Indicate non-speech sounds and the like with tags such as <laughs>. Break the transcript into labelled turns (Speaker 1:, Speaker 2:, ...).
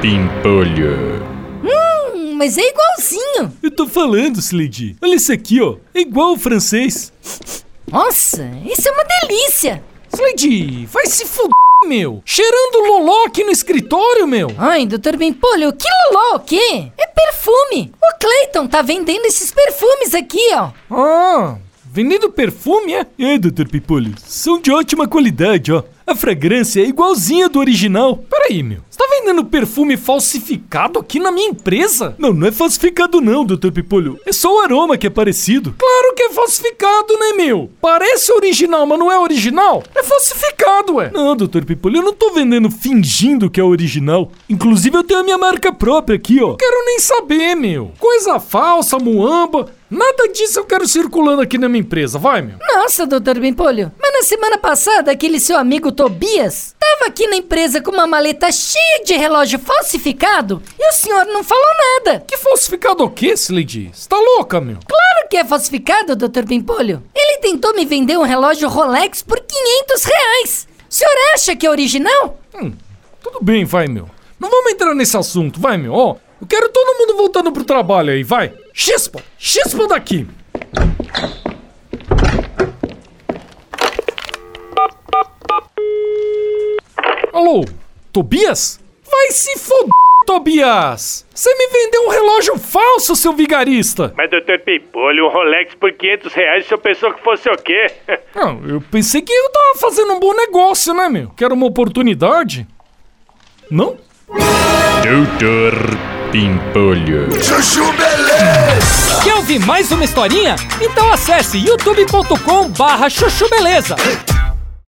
Speaker 1: Pimpolho.
Speaker 2: Hum, mas é igualzinho.
Speaker 3: Eu tô falando, Slade. Olha isso aqui, ó. É igual o francês.
Speaker 2: Nossa, isso é uma delícia.
Speaker 4: Slade, vai se fuder, meu. Cheirando loló aqui no escritório, meu.
Speaker 2: Ai, doutor Pimpolho, que loló, o quê? É perfume. O Clayton tá vendendo esses perfumes aqui, ó.
Speaker 4: Ah, vendendo perfume, é?
Speaker 3: É, Dr. Pipolho, são de ótima qualidade, ó. A fragrância é igualzinha do original.
Speaker 4: Peraí, meu. Você tá vendendo perfume falsificado aqui na minha empresa?
Speaker 3: Não, não é falsificado não, Dr. Pipolho. É só o aroma que é parecido.
Speaker 4: Claro que é falsificado, né, meu? Parece original, mas não é original? É falsificado, ué.
Speaker 3: Não, Dr. Pipolho, eu não tô vendendo fingindo que é original. Inclusive eu tenho a minha marca própria aqui, ó.
Speaker 4: Quero nem saber, meu. Coisa falsa, muamba. Nada disso eu quero circulando aqui na minha empresa, vai, meu.
Speaker 2: Nossa, doutor Bimpolho, mas na semana passada aquele seu amigo Tobias tava aqui na empresa com uma maleta cheia de relógio falsificado e o senhor não falou nada.
Speaker 4: Que falsificado é o quê, Slade? Você tá louca, meu?
Speaker 2: Claro que é falsificado, doutor Bimpolho. Ele tentou me vender um relógio Rolex por 500 reais. O senhor acha que é original?
Speaker 4: Hum, tudo bem, vai, meu. Não vamos entrar nesse assunto, vai, meu. Ó, eu quero todo mundo voltando pro trabalho aí, vai. Chispa! Chispa daqui! Alô, Tobias? Vai se foder, Tobias! Você me vendeu um relógio falso, seu vigarista!
Speaker 5: Mas, doutor Pipolho, um Rolex por 500 reais, se eu pensou que fosse o quê? <laughs>
Speaker 4: Ah, eu pensei que eu tava fazendo um bom negócio, né, meu? Que era uma oportunidade. Não?
Speaker 1: Doutor Pimpolho.
Speaker 6: Chuchu Beleza!
Speaker 7: Quer ouvir mais uma historinha? Então acesse youtube.com barra chuchu beleza.